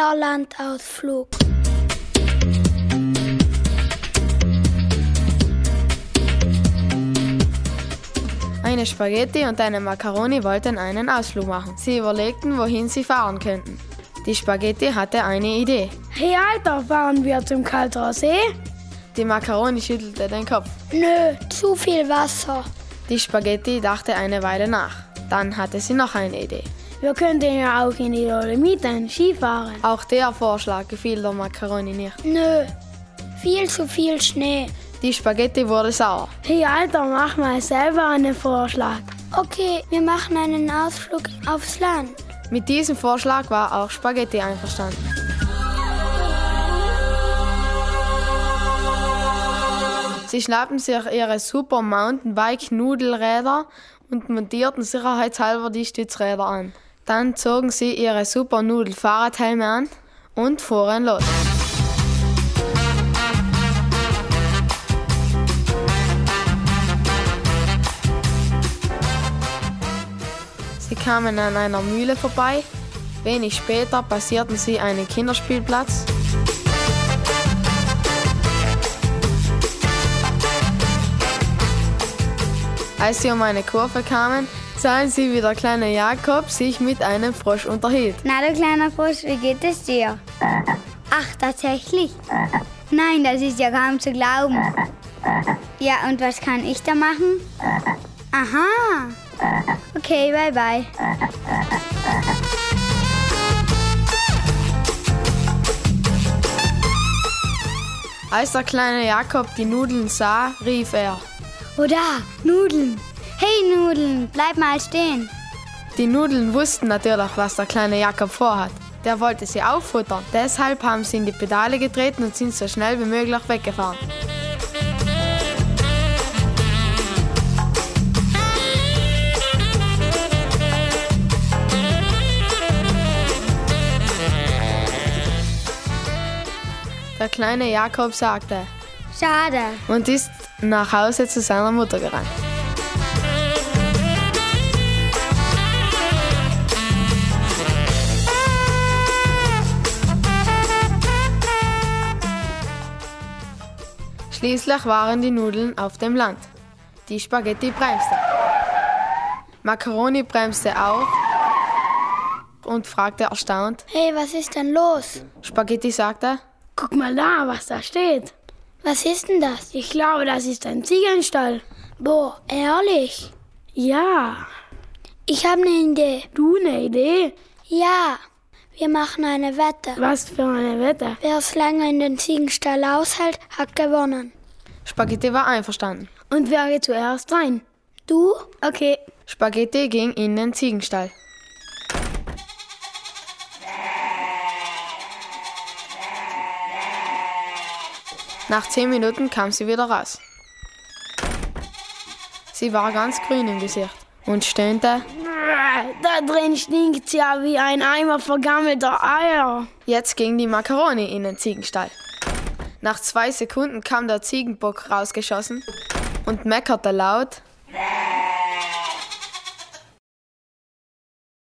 Sauerlandausflug. Eine Spaghetti und eine Macaroni wollten einen Ausflug machen. Sie überlegten, wohin sie fahren könnten. Die Spaghetti hatte eine Idee. Hey Alter, fahren wir zum Kalterer See? Die Macaroni schüttelte den Kopf. Nö, zu viel Wasser. Die Spaghetti dachte eine Weile nach. Dann hatte sie noch eine Idee. Wir könnten ja auch in die Dolomiten Ski fahren. Auch der Vorschlag gefiel der Macaroni nicht. Nö, viel zu viel Schnee. Die Spaghetti wurde sauer. Hey Alter, mach mal selber einen Vorschlag. Okay, wir machen einen Ausflug aufs Land. Mit diesem Vorschlag war auch Spaghetti einverstanden. Sie schnappten sich ihre Super Mountainbike Nudelräder und montierten sicherheitshalber die Stützräder an. Dann zogen sie ihre Super Nudel Fahrradhelme an und fuhren los. Sie kamen an einer Mühle vorbei. Wenig später passierten sie einen Kinderspielplatz. Als sie um eine Kurve kamen, sahen sie, wie der kleine Jakob sich mit einem Frosch unterhielt. Na, du kleiner Frosch, wie geht es dir? Ach, tatsächlich? Nein, das ist ja kaum zu glauben. Ja, und was kann ich da machen? Aha. Okay, bye bye. Als der kleine Jakob die Nudeln sah, rief er. Oh da, Nudeln. Hey Nudeln, bleib mal stehen. Die Nudeln wussten natürlich, was der kleine Jakob vorhat. Der wollte sie auffuttern. Deshalb haben sie in die Pedale getreten und sind so schnell wie möglich weggefahren. Der kleine Jakob sagte Schade. und ist nach Hause zu seiner Mutter gerannt. Schließlich waren die Nudeln auf dem Land. Die Spaghetti bremste. Macaroni bremste auch und fragte erstaunt. Hey, was ist denn los? Spaghetti sagte, Guck mal da, was da steht. Was ist denn das? Ich glaube, das ist ein Ziegenstall. Boah, ehrlich? Ja, Ich habe eine Idee. du eine Idee? Ja, wir machen eine Wette. Was für eine Wette. Wer es lange in den Ziegenstall aushält, hat gewonnen. Spaghetti war einverstanden. Und wer geht zuerst rein? Du? Okay, Spaghetti ging in den Ziegenstall. Nach zehn Minuten kam sie wieder raus. Sie war ganz grün im Gesicht und stöhnte. da drin stinkt's ja wie ein Eimer vergammelter Eier. Jetzt ging die Makaroni in den Ziegenstall. Nach zwei Sekunden kam der Ziegenbock rausgeschossen und meckerte laut.